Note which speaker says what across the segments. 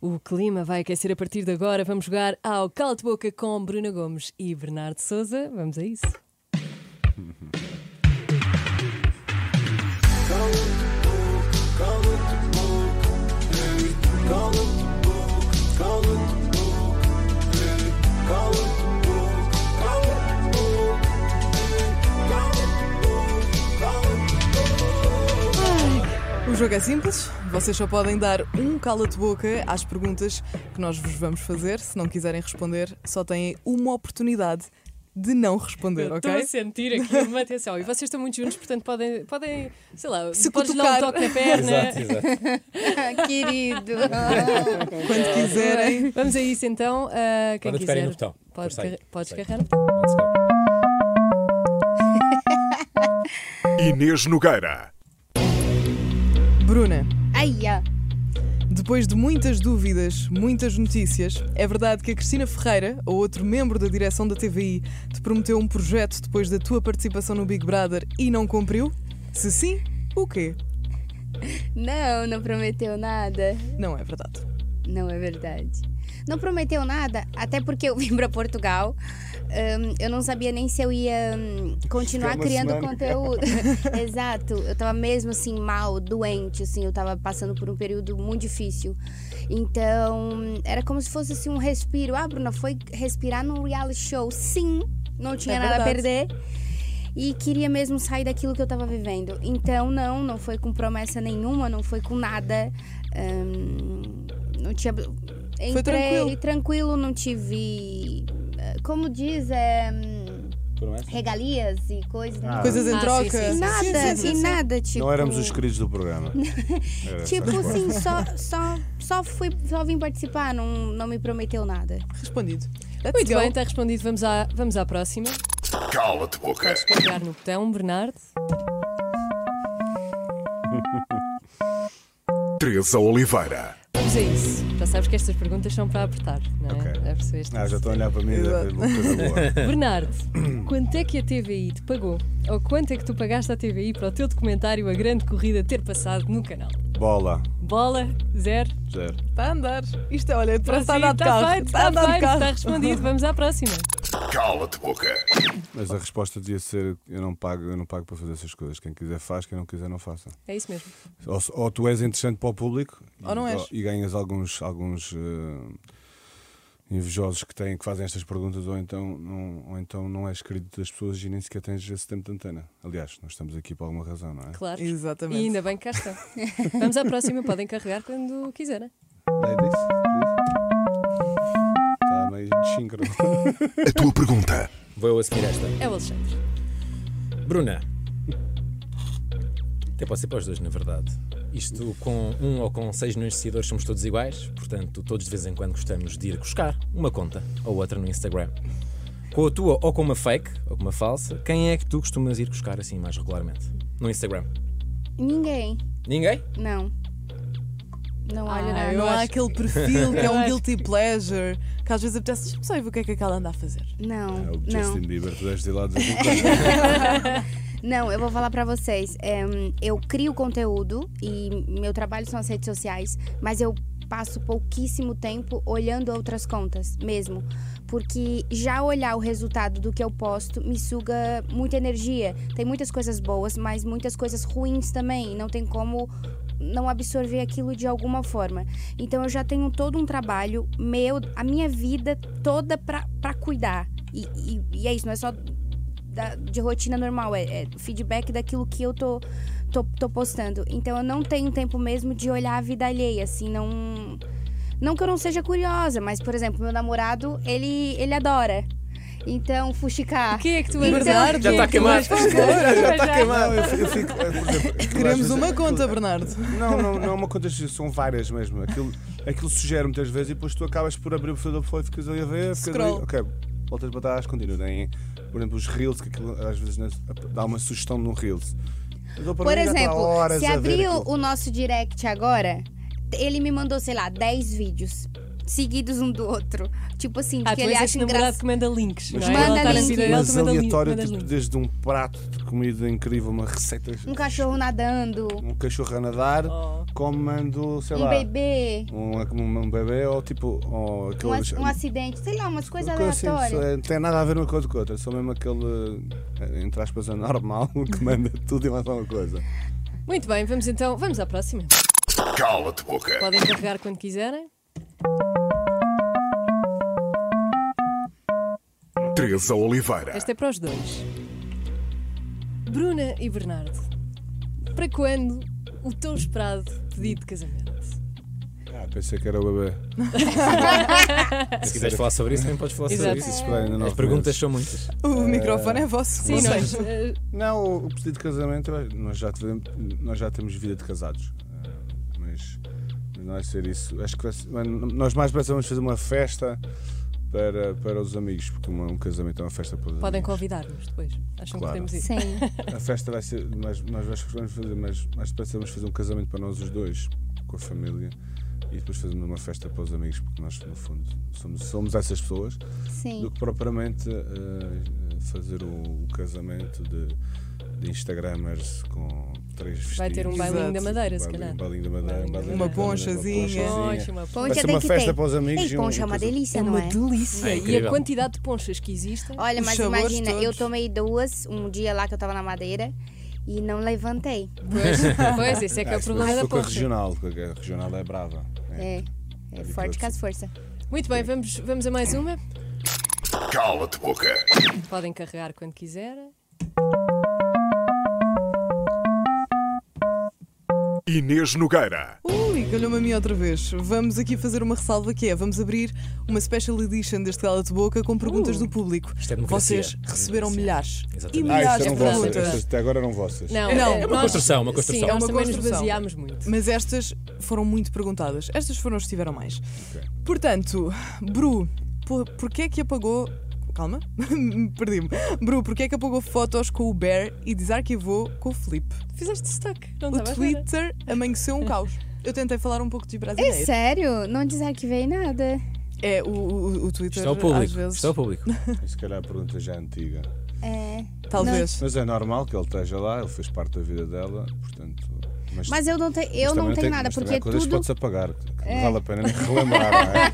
Speaker 1: O clima vai aquecer a partir de agora. Vamos jogar ao Cala de Boca com Bruna Gomes e Bernardo Souza. Vamos a isso.
Speaker 2: O jogo é simples, vocês só podem dar um cala-te-boca às perguntas que nós vos vamos fazer. Se não quiserem responder, só têm uma oportunidade de não responder,
Speaker 1: Eu assim. Estou
Speaker 2: ok?
Speaker 1: a sentir aqui uma atenção. E vocês estão muito juntos, portanto podem, podem sei lá,
Speaker 2: Se
Speaker 1: podes dar um
Speaker 2: cutucar.
Speaker 1: toque na perna.
Speaker 3: Exato, exato.
Speaker 4: Querido.
Speaker 2: Quando quiserem.
Speaker 1: Vamos a isso então. ah, quem
Speaker 3: Podem
Speaker 1: quiser.
Speaker 3: tocarem no botão.
Speaker 1: Pode
Speaker 3: Depois
Speaker 1: carre-
Speaker 3: sai.
Speaker 1: podes
Speaker 3: Sai.
Speaker 1: carregar.
Speaker 3: Let's go.
Speaker 5: Inês Nogueira.
Speaker 2: Bruna,
Speaker 4: Aia.
Speaker 2: depois de muitas dúvidas, muitas notícias, é verdade que a Cristina Ferreira, ou outro membro da direção da TVI, te prometeu um projeto depois da tua participação no Big Brother e não cumpriu? Se sim, o quê?
Speaker 4: Não, não prometeu nada.
Speaker 2: Não é verdade.
Speaker 4: Não é verdade. Não prometeu nada, até porque eu vim para Portugal. Hum, eu não sabia nem se eu ia hum, continuar
Speaker 3: Ficar uma
Speaker 4: criando
Speaker 3: semana.
Speaker 4: conteúdo. Exato. Eu tava mesmo assim mal, doente, assim, eu tava passando por um período muito difícil. Então, era como se fosse assim um respiro. Ah, Bruna, foi respirar num reality show. Sim, não tinha
Speaker 2: É
Speaker 4: nada a
Speaker 2: verdade.
Speaker 4: perder. E queria mesmo sair daquilo que eu tava vivendo. Então, não, não foi com promessa nenhuma, não foi com nada. Hum, não tinha. Entrei
Speaker 2: tranquilo.
Speaker 4: tranquilo, não tive. eh, Como diz, é, hum,
Speaker 3: Promessa?
Speaker 4: regalias e coisas. não.
Speaker 2: Coisas assim. em
Speaker 1: Ah, sim,
Speaker 2: troca.
Speaker 1: sim, sim.
Speaker 4: Nada, e nada, tipo.
Speaker 6: Não éramos os queridos do programa. Era essa
Speaker 4: Tipo
Speaker 6: a resposta.
Speaker 4: assim, só, só, só, fui, só vim participar, não, não me prometeu nada.
Speaker 2: Respondido. Let's
Speaker 1: Muito
Speaker 2: go.
Speaker 1: bem, está respondido. Vamos à, vamos à próxima.
Speaker 5: Cala-te boca.
Speaker 1: Podes carregar no botão, Bernardo.
Speaker 5: 13 Oliveira.
Speaker 1: Vamos a isso. Já sabes que estas perguntas são para apertar, não é?
Speaker 6: Ok.
Speaker 1: Já percebeste?
Speaker 6: Ah, já estou a olhar para mim e deve haver uma coisa boa.
Speaker 1: Bernardo, quanto é que a TVI te pagou? Ou quanto é que tu pagaste à TVI para o teu documentário A Grande Corrida ter passado no canal?
Speaker 6: Bola,
Speaker 1: Bola, zero.
Speaker 6: zero.
Speaker 2: Está a andar. Isto é, olha, parece que está a andar de
Speaker 1: Está
Speaker 2: carro.
Speaker 1: feito,
Speaker 2: Está
Speaker 1: está
Speaker 2: a andar de
Speaker 1: feito,
Speaker 2: carro.
Speaker 1: está respondido. Vamos à próxima.
Speaker 5: Cala-te boca.
Speaker 6: Mas a resposta devia ser: eu não pago, eu não pago para fazer essas coisas. Quem quiser faz, quem não quiser não faça.
Speaker 1: É isso mesmo.
Speaker 6: Ou, se- ou tu és interessante para o público
Speaker 2: Ou
Speaker 6: e,
Speaker 2: não és.
Speaker 6: e ganhas alguns, alguns eh, invejosos que têm que fazem estas perguntas, ou então, não, ou então não és querido das pessoas e nem sequer tens esse tempo de antena. Aliás, nós estamos aqui por alguma razão, não é?
Speaker 1: Claro.
Speaker 2: Exatamente.
Speaker 1: E ainda bem que cá estão. Vamos à próxima, podem carregar quando quiserem.
Speaker 6: Ladies, please. Está Tá meio síncrono.
Speaker 5: A tua pergunta.
Speaker 3: Vou eu assumir esta.
Speaker 1: É o Alexandre.
Speaker 3: Bruna. Até pode ser para os dois, na verdade. Isto com um ou com seis milhões de seguidores somos todos iguais, portanto, todos de vez em quando gostamos de ir buscar uma conta ou outra no Instagram. Com a tua ou com uma fake ou com uma falsa, quem é que tu costumas ir buscar assim mais regularmente? No Instagram?
Speaker 4: Ninguém,
Speaker 3: Ninguém?
Speaker 4: não. Não
Speaker 2: Ah,
Speaker 4: olho nada.
Speaker 2: não
Speaker 4: não
Speaker 2: há
Speaker 4: acho-
Speaker 2: aquele perfil que é
Speaker 1: Eu
Speaker 2: um
Speaker 1: acho
Speaker 2: guilty pleasure que às vezes apetece. Deixa-me só ver o que é que aquela anda a fazer.
Speaker 4: Não,
Speaker 6: É o
Speaker 4: não.
Speaker 6: Justin Bieber, tu deves ir lá dizer "Então,
Speaker 4: Não, eu vou falar pra vocês. É, hum, eu crio conteúdo e meu trabalho são as redes sociais, mas eu passo pouquíssimo tempo olhando outras contas, mesmo. Porque já olhar o resultado do que eu posto me suga muita energia. Tem muitas coisas boas, mas muitas coisas ruins também. Não tem como não absorver aquilo de alguma forma. Então eu já tenho todo um trabalho meu, a minha vida toda pra, pra cuidar. E, e- e é isso, não é só da- de rotina normal, é, é feedback daquilo que eu tô, tô, tô postando. Então eu não tenho tempo mesmo de olhar a vida alheia, assim, não. Não que eu não seja curiosa, mas, por exemplo, meu namorado, ele, ele adora. Então, fuxicar.
Speaker 1: Quem é que tu
Speaker 4: Então-
Speaker 1: Bernardo?
Speaker 3: Já
Speaker 1: quem
Speaker 3: tá
Speaker 1: é que tu
Speaker 3: queimado.
Speaker 1: vais fazer?
Speaker 6: já está
Speaker 1: Já.
Speaker 6: queimado. Eu fico- eu fico, é, por exemplo, aquilo às
Speaker 2: Queremos
Speaker 6: vezes-
Speaker 3: é
Speaker 2: uma
Speaker 6: aquilo-
Speaker 2: conta, Bernardo.
Speaker 6: Não, não, não é uma conta, são várias mesmo. Aquilo, aquilo sugere muitas vezes e depois tu acabas por abrir o perfil da pessoa e ficas ali a ver, ficas ali.
Speaker 2: Scroll.
Speaker 6: Ok, voltas para trás, continua. Tem, por exemplo, os reels, que aquilo às vezes nas- dá uma sugestão num reels. Eu dou para
Speaker 4: Por
Speaker 6: mim, já estou há
Speaker 4: exemplo,
Speaker 6: horas
Speaker 4: se
Speaker 6: a ver
Speaker 4: abrir o-
Speaker 6: aquilo.
Speaker 4: o nosso direct agora, ele me mandou, sei lá, 10 vídeos. seguidos um do outro. Tipo assim, de
Speaker 1: Ah,
Speaker 4: que
Speaker 1: tu
Speaker 4: ele
Speaker 1: és
Speaker 4: acha
Speaker 1: este namorado
Speaker 4: engraçado.
Speaker 1: que manda links.
Speaker 6: Mas
Speaker 1: não é?
Speaker 4: manda
Speaker 1: Ela tá na
Speaker 4: links.
Speaker 1: vida dela, tu
Speaker 6: Mas
Speaker 1: manda link-
Speaker 6: aleatório,
Speaker 1: mandas
Speaker 6: tipo,
Speaker 1: links.
Speaker 6: desde um prato de comida incrível, uma receita.
Speaker 4: Um cachorro nadando,
Speaker 6: Um cachorro a nadar,
Speaker 1: Oh.
Speaker 6: comendo, sei
Speaker 4: um
Speaker 6: lá.
Speaker 4: bebê,
Speaker 6: Um, um, um bebê ou tipo. Ou
Speaker 4: um, ac-
Speaker 6: aqueles,
Speaker 4: um acidente, sei lá, umas coisas
Speaker 6: Coisa assim,
Speaker 4: aleatórias.
Speaker 6: só- não tem nada a ver uma coisa com outra, só mesmo aquele, eh, entre aspas, anormal que manda tudo em relação a uma coisa.
Speaker 1: Muito bem, vamos então, vamos à próxima.
Speaker 5: Cala-te boca.
Speaker 1: Podem carregar quando quiserem.
Speaker 5: Teresa Oliveira.
Speaker 1: Esta é para os dois. Bruna e Bernardo, para quando o tão esperado pedido de casamento?
Speaker 6: Ah, pensei que era o bebê.
Speaker 3: Se quiseres falar sobre isso, também podes falar
Speaker 1: Exato.
Speaker 3: sobre
Speaker 6: Preciso
Speaker 3: isso.
Speaker 6: esperar ainda
Speaker 3: É. As
Speaker 6: nove
Speaker 3: perguntas
Speaker 6: meses.
Speaker 3: são muitas.
Speaker 2: O microfone é vosso.
Speaker 1: Sim, nós. eh,
Speaker 6: Não, o- o pedido de casamento, eu acho- nós já, tivemos, nós já temos vida de casados. Eh, Mas não é ser isso. Acho que vai ser- nós mais parece vamos fazer uma festa para, para os amigos, porque uma- um casamento é uma festa para os
Speaker 1: Podem
Speaker 6: amigos.
Speaker 1: convidar-nos depois. Acham
Speaker 6: Claro.
Speaker 1: que podemos ir.
Speaker 4: Sim.
Speaker 6: A festa vai ser. Nós, nós acho que vamos fazer, mas mais depressa vamos fazer um casamento para nós os dois, com a família, e depois fazemos uma festa para os amigos, porque nós, no fundo, somos, somos essas pessoas,
Speaker 4: Sim.
Speaker 6: do que propriamente eh, fazer o, o casamento de, de Instagramers com três vestidos.
Speaker 1: Vai ter um bailinho
Speaker 2: Exato.
Speaker 1: da madeira, se
Speaker 6: Bailinho-
Speaker 1: calhar.
Speaker 6: Bailinho da madeira,
Speaker 1: Bailinho
Speaker 6: um
Speaker 1: da Madeira.
Speaker 6: bailinho da
Speaker 1: Uma
Speaker 2: ponchazinha.
Speaker 1: Poncha, uma poncha.
Speaker 6: Vai
Speaker 4: Poncha
Speaker 6: ser
Speaker 4: tem
Speaker 6: uma
Speaker 4: que
Speaker 6: festa
Speaker 4: ter.
Speaker 6: para os amigos
Speaker 4: Ei,
Speaker 6: e um-
Speaker 4: poncha é
Speaker 6: e
Speaker 4: uma
Speaker 6: coisa-
Speaker 4: delícia,
Speaker 1: É
Speaker 4: não
Speaker 1: uma
Speaker 4: é?
Speaker 1: delícia.
Speaker 3: É
Speaker 1: e a
Speaker 3: incrível.
Speaker 1: quantidade de ponchas que existem.
Speaker 4: Olha,
Speaker 2: Os
Speaker 4: mas
Speaker 2: sabores
Speaker 4: imagina, eu
Speaker 2: todos.
Speaker 4: tomei duas, um dia lá que eu tava na madeira e não levantei.
Speaker 6: Tá
Speaker 1: Pois, pois esse é que é
Speaker 6: Ah,
Speaker 1: o
Speaker 6: isso foi-
Speaker 1: problema da
Speaker 6: foi com a
Speaker 1: poncha.
Speaker 6: regional, porque a regional é brava.
Speaker 4: É. É forte com as forças.
Speaker 1: Muito bem, vamos, vamos a mais uma.
Speaker 5: Cala-te boca.
Speaker 1: Podem carregar quando quiserem.
Speaker 5: Inês Nogueira.
Speaker 2: Ui, calhou-me a mim outra vez. Vamos aqui fazer uma ressalva que é, vamos abrir uma special edition deste Gala de Boca com
Speaker 1: Uh.
Speaker 2: perguntas do público.
Speaker 3: Isto é democracia.
Speaker 2: Vocês receberam
Speaker 3: Democracia.
Speaker 2: milhares
Speaker 3: Exatamente.
Speaker 2: e
Speaker 6: Ah,
Speaker 1: é
Speaker 2: milhares
Speaker 6: isto
Speaker 2: de
Speaker 6: eram
Speaker 1: verdade,
Speaker 6: vossas.
Speaker 1: é verdade.
Speaker 6: estas
Speaker 2: perguntas.
Speaker 6: Até agora eram vossas.
Speaker 1: Não,
Speaker 2: Não,
Speaker 1: eh,
Speaker 2: é
Speaker 1: nós-
Speaker 2: uma
Speaker 3: construção, uma construção.
Speaker 1: Sim,
Speaker 3: É
Speaker 1: nós
Speaker 2: uma
Speaker 1: também nos
Speaker 2: construção.
Speaker 1: baseámos muito.
Speaker 2: Mas estas foram muito perguntadas. Estas foram as que tiveram mais. Portanto, Bru, por, porquê é que apagou... Calma, perdi-me. Bru, porquê é que apagou fotos com o Bear e desarquivou com o Felipe?
Speaker 1: Fizeste destaque, não estava
Speaker 2: O
Speaker 1: à espera.
Speaker 2: Twitter amanheceu um caos. Eu tentei falar um pouco de
Speaker 4: É
Speaker 2: brasileiro.
Speaker 4: sério? Não desarquivei nada.
Speaker 2: É, o, o, o Twitter
Speaker 3: Isto é o
Speaker 2: às
Speaker 3: público.
Speaker 2: vezes...
Speaker 3: Isto é o público.
Speaker 6: Se calhar a pergunta já é antiga.
Speaker 4: É.
Speaker 2: Talvez.
Speaker 6: Mas é normal que ele esteja lá, ele fez parte da vida dela, portanto.
Speaker 4: Mas eu não, te, eu não tenho nada, porque é
Speaker 6: coisas
Speaker 4: tudo. É.
Speaker 6: pode-se apagar, que não vale a pena nem relembrar.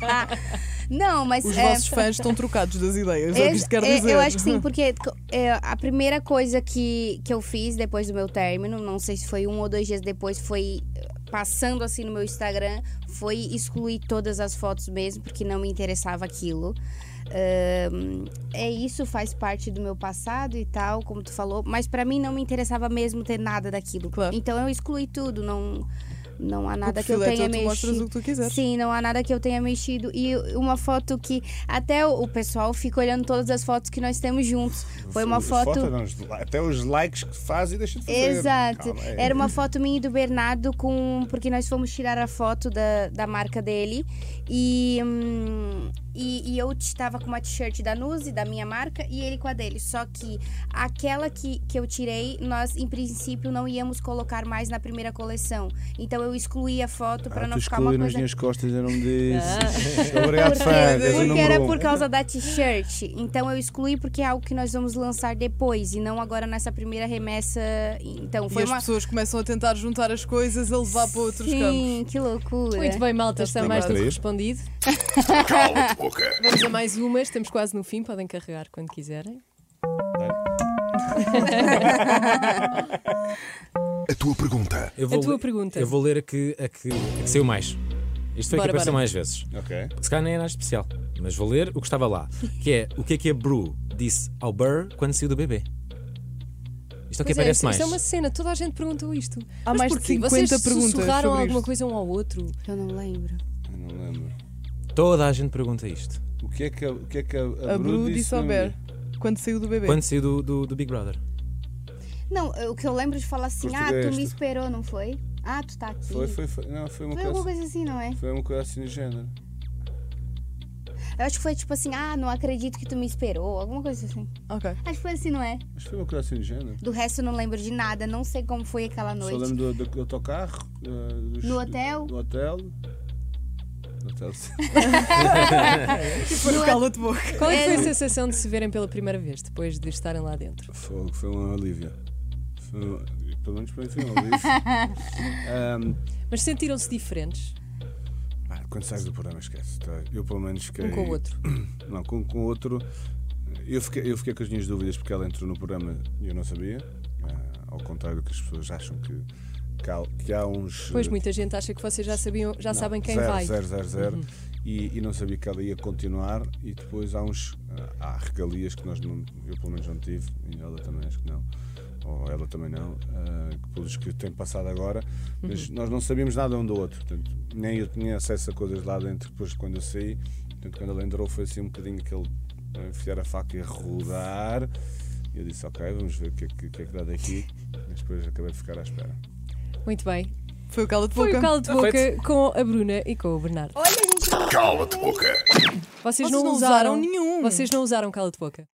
Speaker 6: não é?
Speaker 4: Não, mas.
Speaker 2: Os
Speaker 4: é,
Speaker 2: vossos fãs estão trocados das ideias, é o
Speaker 4: eu,
Speaker 2: que isto quer
Speaker 4: é,
Speaker 2: dizer.
Speaker 4: eu acho que sim, porque co- é, a primeira coisa que, que eu fiz depois do meu término, não sei se foi um ou dois dias depois, foi eh, passando assim no meu Instagram, foi excluir todas as fotos mesmo, porque não me interessava aquilo. Ahn, é isso, faz parte do meu passado e tal, como tu falou, mas pra mim não me interessava mesmo ter nada daquilo.
Speaker 2: Claro.
Speaker 4: Então eu excluí tudo, não, não há
Speaker 2: O
Speaker 4: nada que eu
Speaker 2: perfil é
Speaker 4: tenha
Speaker 2: teu, tu mostras
Speaker 4: mexido.
Speaker 2: o que tu quiseres.
Speaker 4: Sim, assim, não há nada que eu tenha mexido. E uma foto que até o pessoal fica olhando todas as fotos que nós temos juntos. Foi uma
Speaker 6: As
Speaker 4: foto.
Speaker 6: fotos, não, os li- até os likes que faz e deixa de fazer.
Speaker 4: Exato.
Speaker 6: Calma, é-
Speaker 4: Era uma foto minha e do Bernardo com. Porque nós fomos tirar a foto da, da marca dele. E, hum, e, e eu estava com uma t-shirt da Nuzi, da minha marca, e ele com a dele. Só que aquela que, que eu tirei, nós em princípio não íamos colocar mais na primeira coleção. Então eu excluí a foto para
Speaker 6: Ah,
Speaker 4: não
Speaker 6: tu
Speaker 4: ficar uma
Speaker 6: escolhe nas
Speaker 4: coisa. Ah.
Speaker 6: minhas costas, eu não me disse.
Speaker 4: Porque,
Speaker 6: Obrigado, fãs. és Tá o
Speaker 4: porque
Speaker 6: número
Speaker 4: era
Speaker 6: um.
Speaker 4: por causa da t-shirt. Então eu excluí porque é algo que nós vamos lançar depois e não agora nessa primeira remessa. Então
Speaker 2: E
Speaker 4: foi
Speaker 2: as
Speaker 4: uma.
Speaker 2: pessoas começam a tentar juntar as coisas a levar para outros campos.
Speaker 4: Sim, que loucura.
Speaker 1: Muito bem, malta, está
Speaker 6: bem.
Speaker 1: mais do que
Speaker 6: Três.
Speaker 1: respondido.
Speaker 5: Cala-te boca.
Speaker 1: Vamos a mais uma, estamos quase no fim, podem carregar quando quiserem.
Speaker 5: A tua pergunta.
Speaker 3: Eu vou
Speaker 1: A tua
Speaker 3: ler-
Speaker 1: pergunta.
Speaker 3: Eu vou ler a que, a que, a que saiu mais. Isto foi a
Speaker 1: Bora,
Speaker 3: que
Speaker 1: bora.
Speaker 3: apareceu mais vezes.
Speaker 6: Ok.
Speaker 3: Se calhar nem era especial, mas vou ler o que estava lá. Que é o que é que a Bru disse ao Burr quando saiu do bebê. Isto é o que
Speaker 1: Pois é,
Speaker 3: aparece
Speaker 1: isto,
Speaker 3: mais.
Speaker 1: isto é uma cena, toda a gente perguntou isto.
Speaker 2: Há
Speaker 1: Mas
Speaker 2: mais de
Speaker 1: porquê?
Speaker 2: 50
Speaker 1: Vocês
Speaker 2: perguntas
Speaker 1: sussurraram
Speaker 2: sobre
Speaker 1: alguma
Speaker 2: isto.
Speaker 1: coisa um ao outro?
Speaker 4: Eu não lembro.
Speaker 6: Eu não lembro.
Speaker 3: Toda a gente pergunta isto.
Speaker 6: O que é que a, o que é que a,
Speaker 2: A Bru disse ao
Speaker 6: no-
Speaker 2: Bear, quando saiu do bebê.
Speaker 3: um Quando saiu do, do, do Big Brother.
Speaker 4: Não, eu- o que eu lembro de falar assim, ah, tu
Speaker 6: Português.
Speaker 4: me esperou, não foi? Ah, tu tá aqui.
Speaker 6: Foi, foi, foi. Não, foi uma
Speaker 4: Foi
Speaker 6: coisa.
Speaker 4: alguma coisa assim, não é?
Speaker 6: Foi uma coisa assim do género.
Speaker 4: Eu acho que foi tipo assim, ah, não acredito que tu me esperou, alguma coisa assim.
Speaker 2: Ok.
Speaker 4: Acho que foi assim, não é?
Speaker 6: Mas foi uma coisa assim do género.
Speaker 4: Do resto eu não lembro de nada, não sei como foi aquela
Speaker 6: Só
Speaker 4: noite.
Speaker 6: lembro do, do, do autocarro. eh, dos-
Speaker 4: No hotel?
Speaker 6: Do hotel. Não está a dizer.
Speaker 2: Foi o cala-te boca.
Speaker 1: Qual é que foi a sensação de se verem pela primeira vez, depois de estarem lá dentro?
Speaker 6: Fogo, foi uma alívio. Foi um- Pelo menos para mim foi um alívio. Ahm,
Speaker 1: Mas sentiram-se diferentes
Speaker 6: pá, quando sais do programa, esquece. tá? Eu, pelo menos, fiquei.
Speaker 1: um com o outro?
Speaker 6: Não, com, com o outro. Eu fiquei, eu fiquei com as minhas dúvidas porque ela entrou no programa e eu não sabia. Ah, ao contrário do que as pessoas acham que, que, há, que há uns.
Speaker 1: Pois
Speaker 6: eh,
Speaker 1: muita gente acha que vocês já, sabiam, já
Speaker 6: não,
Speaker 1: sabem quem
Speaker 6: zero,
Speaker 1: vai. Uhum.
Speaker 6: Zero, zero, zero. E, e não sabia que ela ia continuar. E depois há uns. ah, Há regalias que nós não. Eu pelo menos não tive, e ela também acho que não. Ou ela também não, ah, que pelos que tem passado agora, mas
Speaker 1: Uhum.
Speaker 6: nós não sabíamos nada um do outro, portanto, nem eu tinha acesso a coisas lá dentro depois de quando eu saí. Portanto, quando ela entrou, foi assim um bocadinho aquele ah, enfiar a faca e rodar. E eu disse: Ok, vamos ver o que, é que- o que é que dá daqui. Mas depois acabei de ficar à espera.
Speaker 1: Muito bem.
Speaker 2: Foi o cala-te
Speaker 1: Foi
Speaker 2: boca.
Speaker 1: o calo de
Speaker 3: Tá
Speaker 1: boca
Speaker 3: feito.
Speaker 1: com a Bruna e com o Bernardo.
Speaker 4: Olha, a gente não
Speaker 5: Cala-te boca.
Speaker 1: Vocês,
Speaker 2: Vocês não usaram nenhum.
Speaker 1: Vocês não usaram calo de boca.